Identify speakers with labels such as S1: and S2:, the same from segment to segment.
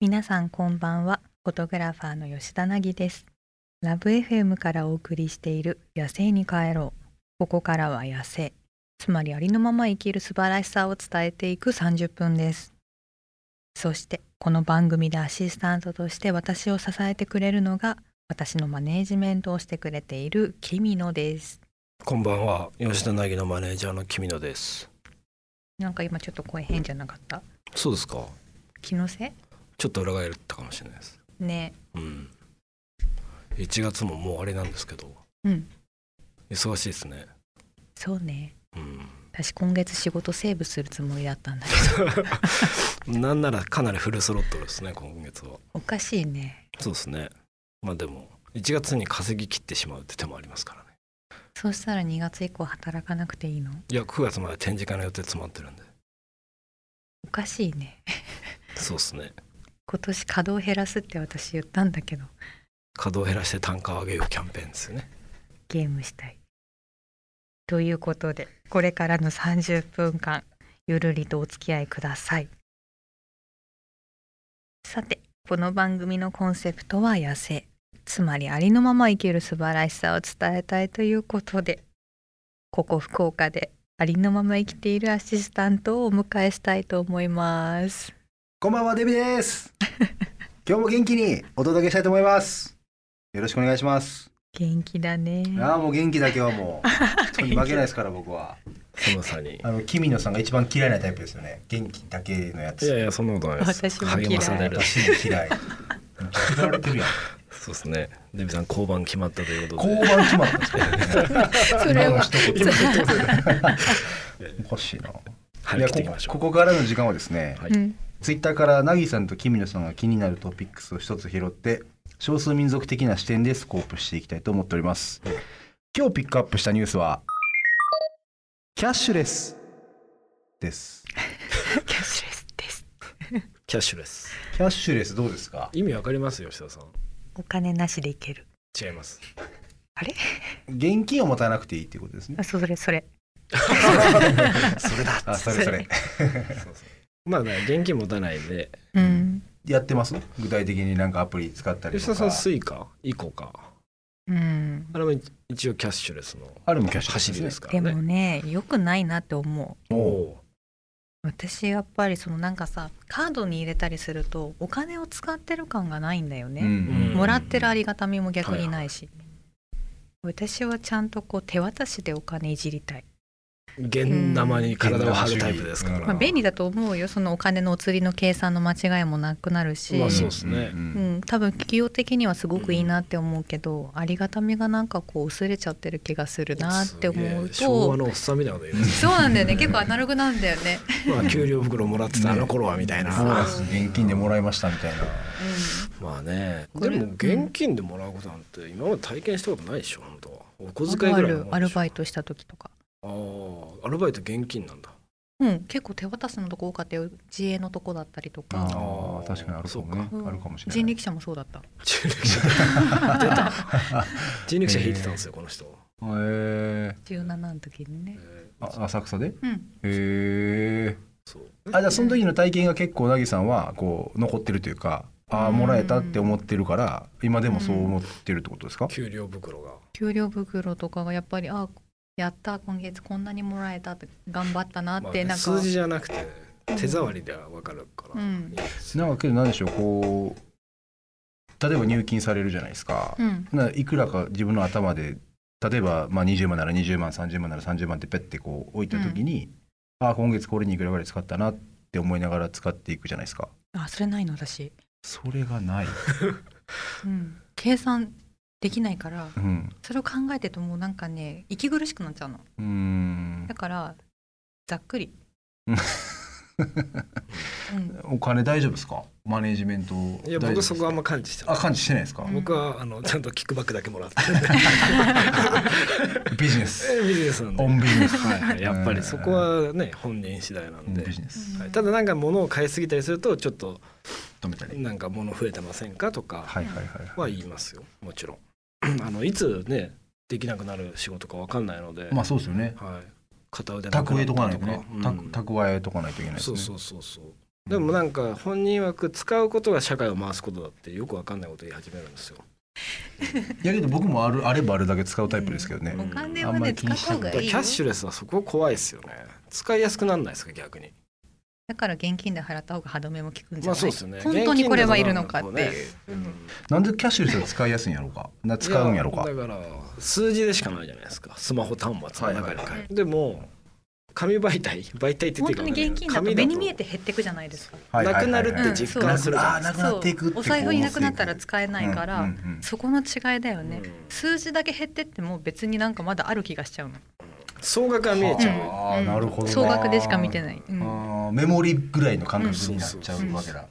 S1: 皆さんこんばんはフォトグラファーの吉田凪ですラブ FM からお送りしている野生に帰ろうここからは野生つまりありのまま生きる素晴らしさを伝えていく30分ですそしてこの番組でアシスタントとして私を支えてくれるのが私のマネージメントをしてくれているキミノです
S2: こんばんは吉田凪のマネージャーの君野です
S1: なんか今ちょっと声変じゃなかった
S2: そうですか
S1: 気のせ
S2: ちょっと裏返ったかもしれないです
S1: いね
S2: うん1月ももうあれなんですけど
S1: うん
S2: 忙しいですね
S1: そうね
S2: う
S1: 私今月仕事セーブするつもりだったんだけど
S2: んなんならかなりフルスロットルですね今月は
S1: おかしいね
S2: そうですねまあでも1月に稼ぎ切ってしまうって手もありますからね
S1: そうしたら2月以降働かなくていいの
S2: いや9月まで展示会の予定詰まってるんで
S1: おかしいね
S2: そうですね
S1: 今年稼働減らすって私言ったんだけど
S2: 稼働減らして単価を上げようキャンペーンですよね
S1: ゲームしたいということでこれからの30分間ゆるりとお付き合いくださいさてこの番組のコンセプトは野生つまりありのまま生きる素晴らしさを伝えたいということでここ福岡でありのまま生きているアシスタントをお迎えしたいと思います
S3: こんばんは、デビです。今日も元気にお届けしたいと思います。よろしくお願いします。
S1: 元気だね
S3: ああ、もう元気だけはもう、人に負けないですから、僕は。
S2: 寒さに
S3: あの、キミノさんが一番嫌いなタイプですよね。元気だけのや
S2: い
S3: つ。
S2: やいやそんなことないです
S1: 私も嫌い
S2: 励まされる
S3: 私も嫌い。嫌われ てるやん。
S2: そうですねデビさん交番決まったということで
S3: 交番決まったんですけどね。
S1: それは
S3: 今の一言 おかしいな。
S2: 張
S3: い
S2: り
S3: や
S2: 切って
S3: こ
S2: いきましょう
S3: ここからの時間はですね、
S2: は
S1: う
S2: い、
S1: ん
S3: ツイッターからナギさんとキミノさんが気になるトピックスを一つ拾って少数民族的な視点でスコープしていきたいと思っております今日ピックアップしたニュースはキャッシュレスです
S1: キャッシュレスです
S2: キャッシュレス
S3: キャッシュレスどうですか
S2: 意味わかります吉田さん
S1: お金なしでいける
S2: 違います
S1: あれ
S3: 現金を持たなくていいっていうことですね
S1: あそれそれ
S2: それだ
S3: あそれそれ
S2: まあね現金持たないで
S1: うん
S3: やってます具体的になんかアプリ使ったり
S2: 吉
S3: と
S2: 田さん
S3: か
S2: スイカイコか
S1: うん
S2: あれも一応キャッシュレスの
S3: あれもキャッシュレス
S2: 走り
S3: ね
S2: ですか
S1: で
S2: らね
S1: もね良くないなって思う
S2: おお
S1: 私やっぱりそのなんかさカードに入れたりするとお金を使ってる感がないんだよ
S3: うんう
S1: ね、
S3: ん
S1: もらってるありがたみも逆にないし、私はちゃんとこう手渡しでお金いじりたい、
S2: 現玉に体を張るタイプですから、
S3: うん
S1: まあ、便利だと思うよそのお金のお釣りの計算の間違いもなくなるし、
S2: まあそうですね
S3: うん
S1: う
S3: うん
S1: ん、多分企業的にはすごくいいなって思うけど、ありがたみがなんかこう薄れちゃってる気がするなって思う
S2: すげえ昭
S1: と
S2: 和のおっさんみたいなこと 言うね
S1: そうなんだよね結構アナログなんだよね、
S2: まあ給料袋もらってたあの頃はみたい
S3: ボー
S2: な
S3: ナス現金でもらいましたみたいな
S2: まあね
S1: こ
S2: で
S1: れ
S2: も現金でもらうことなんて今まで体験したことないでしょ本当はお小遣いぐらいのもんでしょ
S1: アルバイトした時とか
S2: ああアルバイト現金なんだ
S1: うん、結構手渡すのとこ多かったよ自営のとこだったりとか
S3: ああ確かにあるかもね
S1: そうか
S3: あるかもしれない
S1: 人力車もそうだった
S2: 人力車出た人力車引いてたんですよこの人、
S3: へえ
S1: 17の時にね、
S2: えー
S3: あ浅草で
S1: うん、
S3: へえ
S2: そう
S3: あじゃあその時の体験が結構なぎさんはこう残ってるというかああもらえたって思ってるから今でもそう思ってるってことですか、
S2: 給料袋が
S1: 給料袋とかがやっぱりあやった今月こんなにもらえたって頑張ったなっ
S2: まあ
S1: て
S2: ね
S1: なんか、
S2: 数字じゃなくて手触りでは分かるから、
S1: うん
S3: なんかけど何でしょうこう例えば入金されるじゃないですか、
S1: うん
S3: ないくらか自分の頭で例えばまあ20万なら20万30万なら30万ってペッてこう置いた時に、ああ今月これにいくらぐらい使ったなって思いながら使っていくじゃないですか
S1: あそれないの私、
S3: それがない、
S1: うん、計算できないから
S3: うん、
S1: それを考えてるともうなんかね息苦しくなっちゃうの
S3: うーん
S1: だからざっくり、うん、
S3: お金大丈夫ですかマネージメント
S2: いや
S3: 大
S2: 僕
S3: 丈夫です
S2: そ
S3: か
S2: こあんま感知してない
S3: あ感知してないですか、
S1: うん
S2: 僕はあのちゃんとキックバックだけもらって
S3: ビジネス
S2: えビジネスなんで、
S3: オンビジネス
S2: はいはい、やっぱりそこはね本人次第な
S3: オ
S2: ん
S3: ン
S2: で、
S3: ビジネス
S2: はい、ただなんか物を買いすぎたりするとちょっと
S3: 止めたり
S2: なんか物増えてませんかとか
S3: はいはいはいは
S2: は言いますよもちろん あのいつねできなくなる仕事か分かんないので、
S3: いまあそうですよね
S2: はい、片腕なくな
S3: 蓄え
S2: った
S3: とかないとね
S2: うん
S3: た蓄えとかないといけないです
S2: そう
S3: ね
S2: そうそうそうでもなんか本人曰く使うことが社会を回すことだってよくわかんないこと言い始めるんですよ。
S3: いやけど僕もあるあればあるだけ使うタイプですけどね、
S1: お
S2: ん
S1: 金
S3: あ
S1: は
S3: んま
S1: ね
S3: り気
S1: 使っ
S3: にしな
S1: た
S3: い
S1: 方が
S2: だから
S1: いい
S2: キ
S1: よ
S2: ャッシュレスはそこ怖いですよね。使いやすくなんないですか逆に。
S1: だから現金で払った方が歯止めも効くんじゃない、
S2: まあそうですよね。
S1: 本当にこれはいるのかっていう、
S3: なんでキャッシュレスが使いやすいんやろうかな使うんやろうか
S2: いだから数字でしかないじゃないですかスマホ端末の中に、
S3: はいはいは
S2: でも紙媒体媒体って言ってい
S1: 本
S2: いか
S1: 当に
S2: わかんない
S1: 現金だと
S2: 紙
S1: 目に見えて減ってくじゃないですか
S3: はいはいはい
S2: なくなるって実感するじゃ
S3: あ
S2: な
S3: あ
S2: い
S3: ー
S2: です
S3: な
S2: か
S3: くなっていくって
S1: そ
S3: こ
S1: うお
S3: う
S1: 財布になくなったら使えないから、
S3: うんうんうん
S1: そこの違いだよね、
S2: うん
S1: 数字だけ減ってっても別になんかまだある気がしちゃうの
S2: 総額が見えちゃう、
S3: あー
S1: うん
S3: なるほどな
S1: 総額でしか見てない、うん
S3: あーメモリぐらいの感覚になっちゃうわけだ、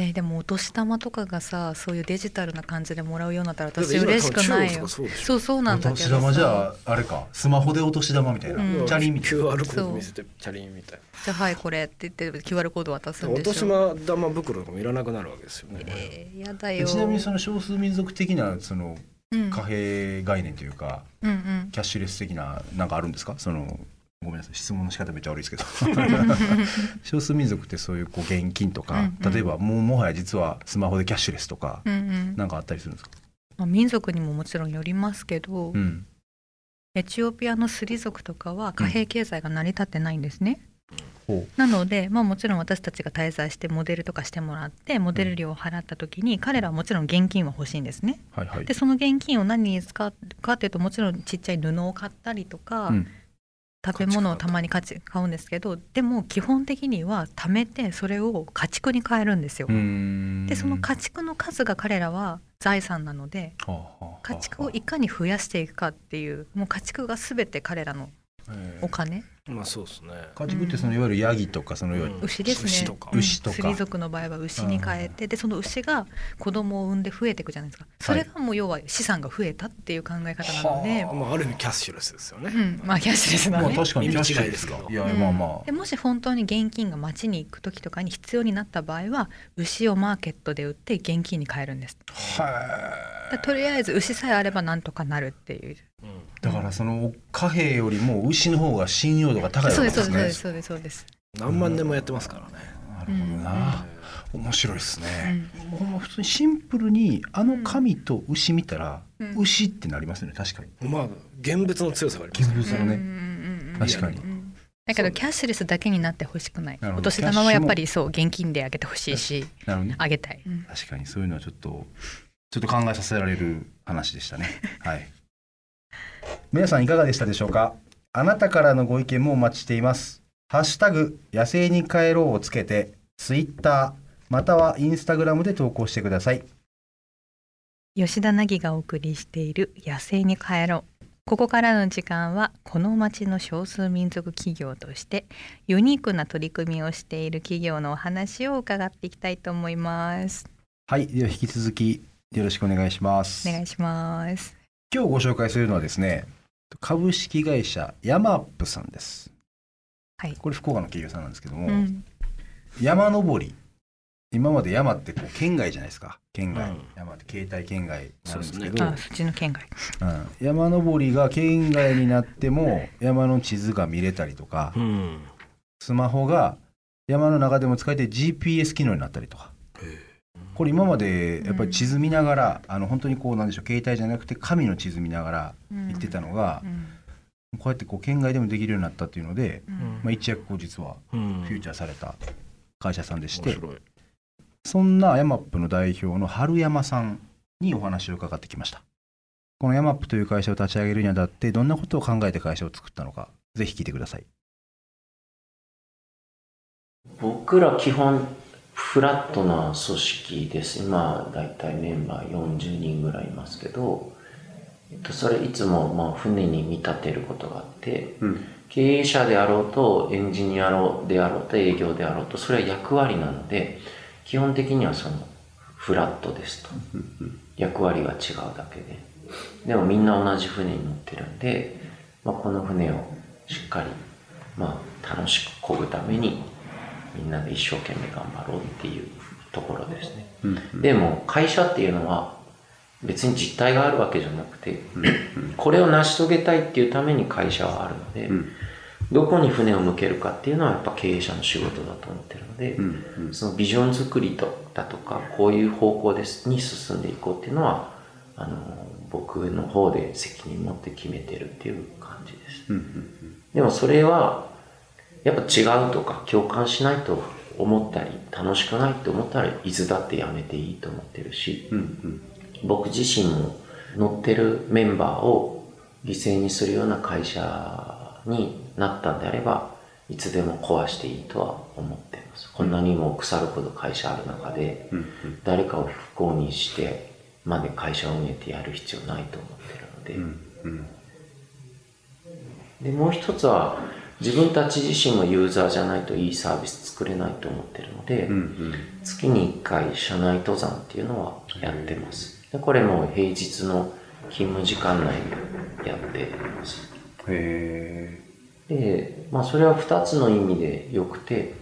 S1: えーでもお年玉とかがさそういうデジタルな感じでもらうようになったら
S2: だって
S1: 私嬉しくない
S2: 今多
S1: よ
S2: 分中国とかそうでしょ
S1: そうそうなん
S3: お
S1: だけ
S3: 年
S1: ど
S3: 玉
S1: さ
S3: じ
S1: じ
S3: ゃ
S1: ゃ
S3: ああれかスマホでお年玉みたいな、
S1: うん
S3: チャリみたい
S2: QR
S3: な
S2: コード見せてチャリンみたい
S1: あはいこれって言って QR コード渡す
S2: なんお
S1: でし
S2: 年
S1: ょ、
S2: 玉袋もいらなくなるわけですよね、
S1: えー、やだよ
S3: ちなみにその少数民族的なその
S1: うん
S3: 貨幣概念というか、
S1: うんうん
S3: キャッシュレス的ななんかあるんですかそのごめんなさい質問の仕方めっちゃ悪いで すけど少数民族ってそういうこう現金とか、
S1: うんうん
S3: 例えばもうもはや実はスマホでキャッシュレスとか、
S1: うんうん
S3: なんかあったりするんですか、
S1: まあ、民族にももちろんよりますけど、
S3: うん
S1: エチオピアのスリ族とかは貨幣経済が成り立ってないんですね、
S3: ほ
S1: なので、まあ、もちろん私たちが滞在してモデルとかしてもらってモデル料を払った時に彼らはもちろん現金は欲しいんですね
S3: うはいはい
S1: でその現金を何に使うかというともちろんちっちゃい布を買ったりとか、
S3: うん
S1: 食べ物をたまに価値買うんですけどでも基本的には貯めてそれを家畜に変えるんですよ、
S3: うーん
S1: でその家畜の数が彼らは財産なので
S3: はあはあはあ
S1: 家畜をいかに増やしていくかっていうもう家畜が全て彼らの
S3: ええ
S1: お金、
S2: まあそうですね
S3: 家畜ってそのいわゆるヤギとかそのいわゆる、
S2: うん
S1: 牛ですね
S2: 牛とか
S1: うん
S3: 牛とか
S1: スリ族の場合は牛に変えてでその牛が子供を産んで増えていくじゃないですかそれがもう要は資産が増えたっていう考え方なので、
S2: まあある意味キャッシュレスですよね、
S1: うん、まあキャッシュレスな
S3: ま
S1: の
S3: あ
S1: ね、
S3: 確かに
S2: 意
S3: キャッシ
S2: 味
S3: ュ
S2: 違い
S3: レ
S2: で
S3: ス
S2: すけど
S3: いやまあまあ、
S1: でもし本当に現金が街に行く時とかに必要になった場合は牛をマーケットで売って現金に変えるんです
S3: は
S1: だ
S3: い
S1: からとりあえず牛さえあればなんとかなるっていう
S2: うん
S3: だからその貨幣よりも牛の方が信用度が高いわ
S1: そ
S3: け
S1: う
S3: で
S1: です
S3: す
S1: そうですそう
S3: ね
S1: ですそうです
S2: 何万年もやってますからね、
S3: なるほどな、面白いですね、ほんま普通にシンプルにあの神と牛見たら、
S1: うん
S3: 牛ってなりますよね確かに
S2: まあ現物の強さがありま
S3: 現
S2: すね
S3: 物のね、
S1: ね
S3: 確かに
S1: だけどキャッシュレスだけになってほしくない
S3: なるほ
S1: お
S3: ど
S1: 年玉はやっぱりそう現金であげてほしいし
S3: なるほどね
S1: あげたい、
S3: 確かにそういうのはちょっとちょっと考えさせられる話 でしたねはい皆さんいかがでしたでしょうかあなたからのご意見もお待ちしていますハッシュタグ野生に帰ろうをつけてツイッターまたはインスタグラムで投稿してください
S1: 吉田凪がお送りしている野生に帰ろうここからの時間はこの町の少数民族企業としてユニークな取り組みをしている企業のお話を伺っていきたいと思います
S3: はいでは引き続きよろしくお願いします
S1: お願いします
S3: 今日ご紹介するのはですね株式会社ヤマップさんです、
S1: はい
S3: これ福岡の企業さんなんですけども、
S1: うん
S3: 山登り今まで山ってこう県外じゃないですか県
S2: う
S3: 外、
S2: ん
S3: 山って携帯県外なんですけ
S2: そうで
S3: ど
S2: すね
S1: あそっちの県外
S3: うん山登りが県外になっても山の地図が見れたりとか
S2: うん
S3: スマホが山の中でも使えて GPS 機能になったりとかこれ今までやっぱり地図見ながら、あの本当にこうなんでしょう携帯じゃなくて紙の地図見ながら行ってたのが、
S1: うん
S3: こうやってこう県外でもできるようになったっていうので、
S1: うん
S3: まあ、一躍こう実は
S2: うん
S3: フューチャーされた会社さんでして、
S2: 面白い
S3: そんなヤマップの代表の春山さんにお話を伺ってきましたこのヤマップという会社を立ち上げるにあたってどんなことを考えて会社を作ったのかぜひ聞いてください
S4: 僕ら基本フラットな組織です今だいたいメンバー40人ぐらいいますけど、えっと、それいつもまあ船に見立てることがあって、経営者であろうとエンジニアであろうと営業であろうとそれは役割なので基本的にはそのフラットですと役割が違うだけででもみんな同じ船に乗ってるんで、まあ、この船をしっかり、まあ、楽しく漕ぐためにみんなで一生懸命頑張ろうっていうところですね、でも会社っていうのは別に実態があるわけじゃなくて、これを成し遂げたいっていうために会社はあるので、どこに船を向けるかっていうのはやっぱ経営者の仕事だと思ってるので、
S3: うんうん
S4: そのビジョン作りとだとかこういう方向ですに進んでいこうっていうのはあの僕の方で責任持って決めてるっていう感じです、
S3: うんうん
S4: でもそれはやっぱ違うとか共感しないと思ったり楽しくないと思ったらいつだってやめていいと思ってるし、
S3: うんうん
S4: 僕自身も乗ってるメンバーを犠牲にするような会社になったんであればいつでも壊していいとは思ってますこんなにも腐るほど会社ある中で、
S3: うん
S4: 誰かを不幸にしてまで会社を運営ってやる必要ないと思ってるので、
S3: うん
S4: でもう一つは自分たち自身もユーザーじゃないといいサービス作れないと思ってるので、
S3: うんうん
S4: 月に1回社内登山っていうのはやってますでこれも平日の勤務時間内でやってます
S3: へ
S4: で、まあ、それは2つの意味でよくて、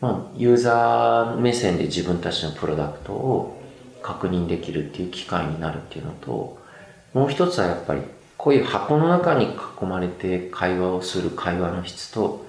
S4: まあ、ユーザー目線で自分たちのプロダクトを確認できるっていう機会になるっていうのともう一つはやっぱりこういう箱の中に囲まれて会話をする会話の質と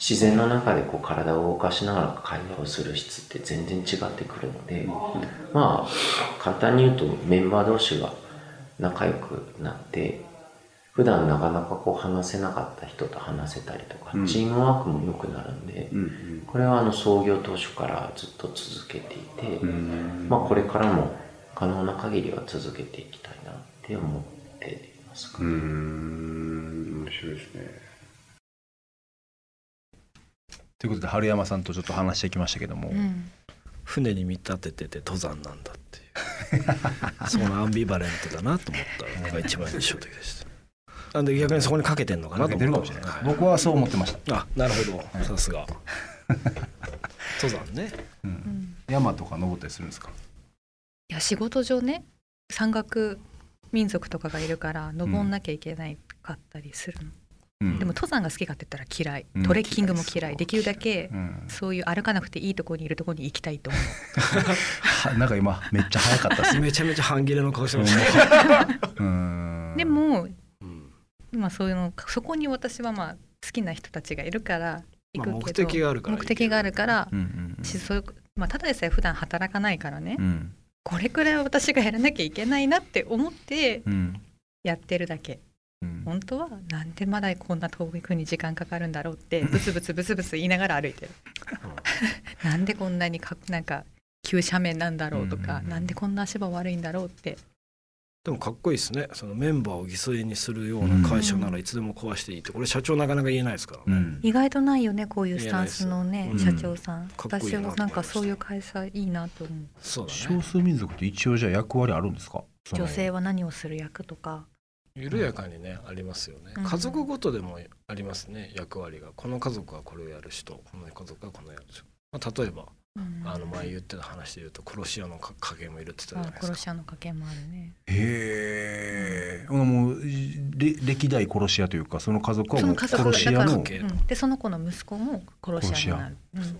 S4: 自然の中でこう体を動かしながら会話をする質って全然違ってくるので、まあ簡単に言うとメンバー同士が仲良くなって普段なかなかこう話せなかった人と話せたりとか、
S3: うん
S4: チームワークも良くなるんで、
S3: えうん
S4: これはあの創業当初からずっと続けていて、
S3: うんうん
S4: まあこれからも可能な限りは続けていきたいなって思っていますか
S3: うーん面白いですねということで春山さんとちょっと話してきましたけども、
S1: うん
S2: 船に見立ててて登山なんだっていう そのアンビバレントだなと思ったのが一番印象的でしたなんで逆にそこにかけてんのかなと
S3: 出
S2: 思
S3: る
S2: ったか
S3: かも
S2: もし
S3: しれ
S2: れ
S3: な
S2: ないい
S3: 僕はそう思ってました
S2: あなるほどさ すが登山ね
S1: うん
S3: 山とか登ったりするんですか
S1: いや仕事上ね山岳民族とかがいるから登んなきゃいけないかったりするの、
S3: うん
S1: でも登山が好きかって言ったら嫌い
S3: うん
S1: トレッキングも嫌
S2: 嫌
S1: い
S2: い
S1: できるだけ
S3: うん
S1: そういう歩かなくていいとこにいるとこに行きたいと思う
S3: はなんか今めっちゃ早かった ですね
S2: めちゃめちゃ半切れの顔してましたね、
S3: うん
S1: でも
S2: うん
S1: まあそういうのそこに私はまあ好きな人たちがいるから行
S2: ま
S1: く
S2: あ
S1: けど、
S2: 目的があるから
S1: 目的があるから
S3: うんうんうん
S1: しそういうまあ、ただでさえ普段働かないからね、
S3: うん
S1: これくらいは私がやらなきゃいけないなって思って
S3: うん
S1: やってるだけ
S3: うん
S1: 本当はなんでまだこんな遠くに時間かかるんだろうってブツブツブツブツ言いながら歩いてるなんでこんなにかなんか急斜面なんだろうと
S3: うん
S1: か、
S3: うんうん
S1: なんでこんな足場悪いんだろうって
S2: でもかっこいいですねそのメンバーを犠牲にするような会社ならいつでも壊していいってこれ社長なかなか言えないですからね、
S3: うん
S1: 意外とないよねこういうスタンスのね、
S2: 言えない
S1: 社
S2: です
S1: 長さん、
S2: かっこいい
S1: 私
S2: な
S1: はなんかそういう会社いいなと思う
S2: そうだ
S3: 少
S2: ね
S3: 数民族って一応じゃあ役割あるんですか
S1: 女性
S3: は
S1: は何をする役とか
S2: 緩やかにねありますよね
S1: うん
S2: 家族ごとでもありますね役割がこの家族はこれをやる人この家族はこのやる人、まあ、例えばあの前言ってた話で言うと殺し屋のか家系もいるって言ってたじゃないです
S1: 殺
S2: か
S1: し屋の家系もあるね
S3: へえもうれ歴代殺し屋というかその家族は
S1: その
S3: もう
S1: 家
S3: 殺
S1: 族
S3: し屋
S1: だ
S3: の
S1: から、うん、でその子の息子も殺し屋になる、うん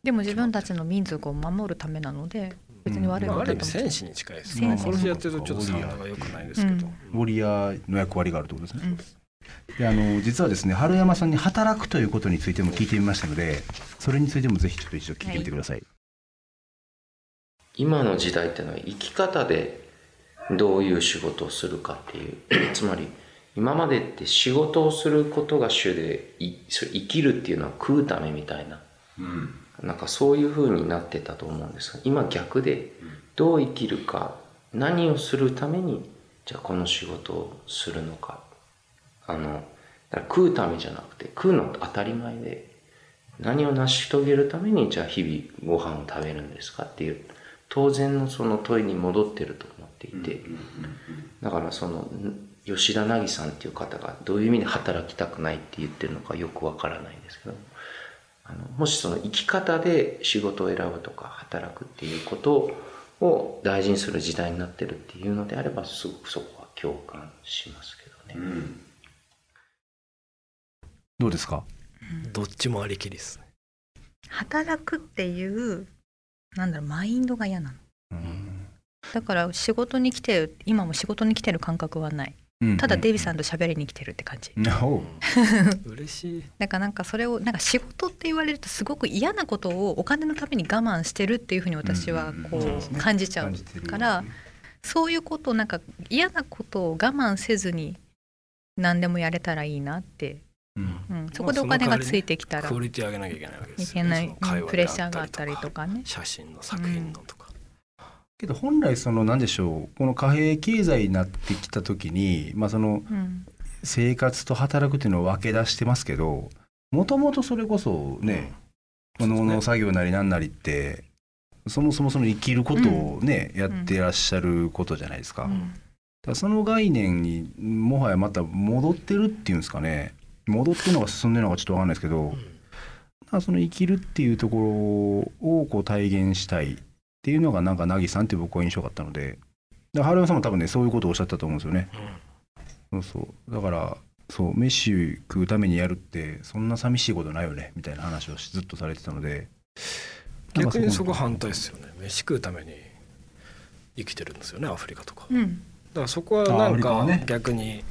S1: でも自分たちの民族を守るためなので別に悪い
S2: ま
S1: こ
S2: あ、
S1: と
S2: あ
S1: だ
S2: る意
S1: と
S2: 味
S1: 思って
S2: 戦士に近いです
S1: 戦
S2: ね
S1: 士
S2: 殺し屋っていうとちょっとサウンドが良くないですけど、
S3: ウォリアーの役割があるということです
S1: う
S3: ね、
S1: ん
S3: であの実はですね春山さんに働くということについても聞いてみましたのでそれについてもぜひちょっと一度聞いてみてください、
S4: 今の時代っていうのは生き方でどういう仕事をするかっていう つまり今までって仕事をすることが主でいそれ生きるっていうのは食うためみたいななんかそういう風になってたと思うんですが今逆でどう生きるか何をするためにじゃあこの仕事をするのかあのだから食うためじゃなくて食うの当たり前で何を成し遂げるためにじゃあ日々ご飯を食べるんですかっていう当然のその問いに戻ってると思っていてだからそのん吉田凪さんっていう方がどういう意味で働きたくないって言ってるのかよくわからないんですけどあのもしその生き方で仕事を選ぶとか働くっていうことを大事にする時代になってるっていうのであればすごくそこは共感しますけどね、
S3: どうですか
S2: どっちもありきりですね
S1: 働くっていうなんだろうマインドが嫌なの
S3: うん
S1: だから仕事に来てる今も仕事に来てる感覚はない
S3: うん
S1: ただデビさんと喋りに来てるって感じ、
S3: No
S2: うん嬉しい
S1: だからなんかそれをなんか仕事って言われるとすごく嫌なことをお金のために我慢してるっていうふうに私はこ
S3: うんうんうんそうです
S1: う
S3: ね
S1: 感じちゃう
S3: 感じてるよ
S1: からそういうことをなんか嫌なことを我慢せずに何でもやれたらいいなって、
S3: うん
S1: うん、そこでお金がついてきたら
S2: クオリティ上げなきゃいけないわけで
S1: い
S2: すよ
S1: けない、
S2: その会
S1: うん
S2: 話
S1: プ
S2: で
S1: レ
S2: あ
S1: ッシャーがあったりとかね。
S2: 写真の作品のとか、
S3: けど本来その何でしょうこの貨幣経済になってきた時に、まあ、その
S1: うん
S3: 生活と働くっていうのを分け出してますけどもともとそれこそね
S2: う
S3: こ
S2: ん
S3: の
S2: そうですね
S3: の作業なりなんなりってそもそもその生きることをね、やってらっしゃることじゃないですか,、
S1: う
S3: だか
S1: ん
S3: らその概念にもはやまた戻ってるっていうんですかね戻ってるのが進んでるのかちょっと分かんないですけど、まあその生きるっていうところをこう体現したいっていうのがなんか凪さんって僕は印象があったのでだから春山さんも多分ねそういうことをおっしゃったと思うんですよね
S2: うん
S3: そうそうだからそう飯食うためにやるってそんな寂しいことないよねみたいな話をしずっとされてたので
S2: 逆にそこ
S3: なん
S2: 反
S3: か
S2: 対ですよね飯食うために生きてるんですよねアフリカとか、だ
S1: うん
S2: からそこはなん
S3: あア
S2: か
S3: フリカはね
S2: 逆に、うん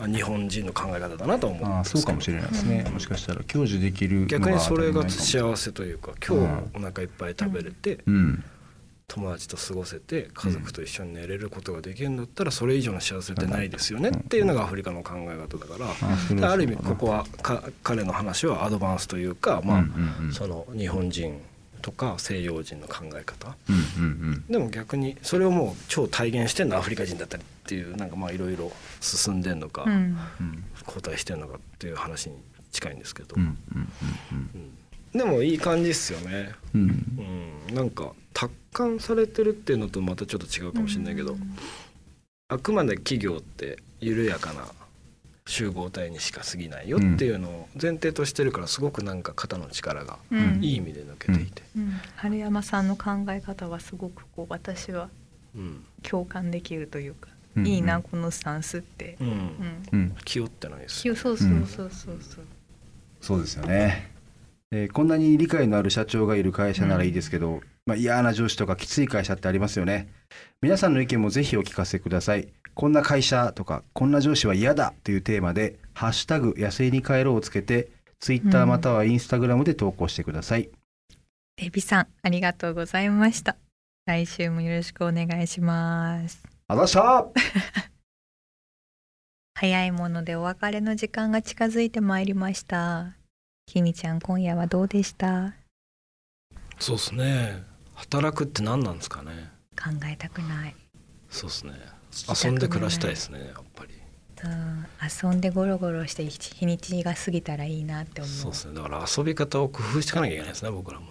S2: あ日本人の考え方だなとは思
S3: そこあ
S2: うん
S3: あ
S2: です
S3: そうかもしれないですね、
S1: うん
S3: もしかしたら享受できるのが
S2: 逆にそれが
S3: 当たり前かも
S2: 幸せというか今日お腹いっぱい食べれて、
S3: うん
S2: 友達と過ごせて家族と一緒に寝れることができるんだったらそれ以上の幸せってないですよねっていうのがアフリカの考え方だから
S3: あそれ
S2: で
S3: は
S2: ある意
S3: そう
S2: 味
S3: かな
S2: ここはか彼の話はアドバンスというか
S3: う
S2: ま
S3: んうんうん
S2: あその日本人とか西洋人の考え方
S3: うんうん
S2: でも逆にそれをもう超体現してるのはアフリカ人だったりっていうなんかまあいろいろ進んでんのか
S1: うん
S3: うん
S2: 後退してんのかっていう話に近いんですけど
S3: うんうんうん
S2: でもいい感じっすよね
S3: うんうん
S2: うんなんか達観されてるっていうのとまたちょっと違うかもしれないけどあくまで企業って緩やかな集合体にしか過ぎないよっていうのを前提としてるからすごくなんか肩の力が
S1: うん
S2: いい意味で抜けていて、
S1: うん春山さんの考え方はすごくこう私は
S2: うん
S1: 共感できるというか、
S3: うん
S1: いいなこのスタンスって、
S2: うん
S1: うん、
S3: うん
S2: 気負ってないです
S1: きゅそうそうそうそうそう、
S3: そうですよね、えーこんなに理解のある社長がいる会社ならいいですけど、まあ、嫌な上司とかきつい会社ってありますよね皆さんの意見もぜひお聞かせくださいこんな会社とかこんな上司は嫌だというテーマで「ハッシュタグ野生に帰ろう」をつけてツイッタ
S1: う
S3: ー
S1: ん
S3: またはインスタグラムで投稿してください、
S1: デビさんありがとうございました来週もよろしくお願いします
S3: あざっしゃ
S1: 早いものでお別れの時間が近づいてまいりましたきにちゃん今夜はどうでした
S2: そうですね働くって何なんですかね
S1: 考えたくない
S2: そうですね
S1: たくない
S2: 遊んで暮らしたいですねやっぱり
S1: うん遊んでゴロゴロして日にちが過ぎたらいいなって思う
S2: そうですねだから遊び方を工夫していかなきゃいけないですね僕らも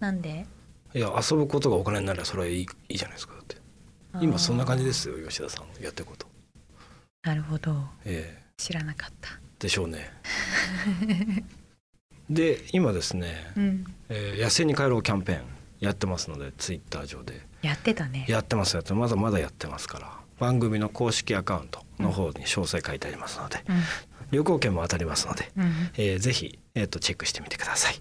S1: なんで
S2: いや遊ぶことがお金になればそれはいいいいじゃないですかだって今そんな感じですよ吉田さんのやってること
S1: あーなるほど
S2: ええ
S1: 知らなかった
S2: でしょうね で今ですね
S1: うん
S2: 「えー野生に帰ろう」キャンペーンやってますのでツイッター上で
S1: やってたね
S2: やってますやってますまだまだやってますから番組の公式アカウントの方に詳細書いてありますので、旅行券も当たりますので、
S1: うんうん
S2: えーぜひ、えー、とチェックしてみてください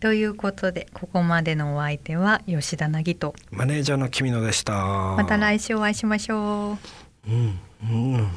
S1: ということでここまでのお相手は吉田凪と
S2: マネージャーの君野でした
S1: また
S2: ま
S1: 来週お会いしましょう。
S2: うんうん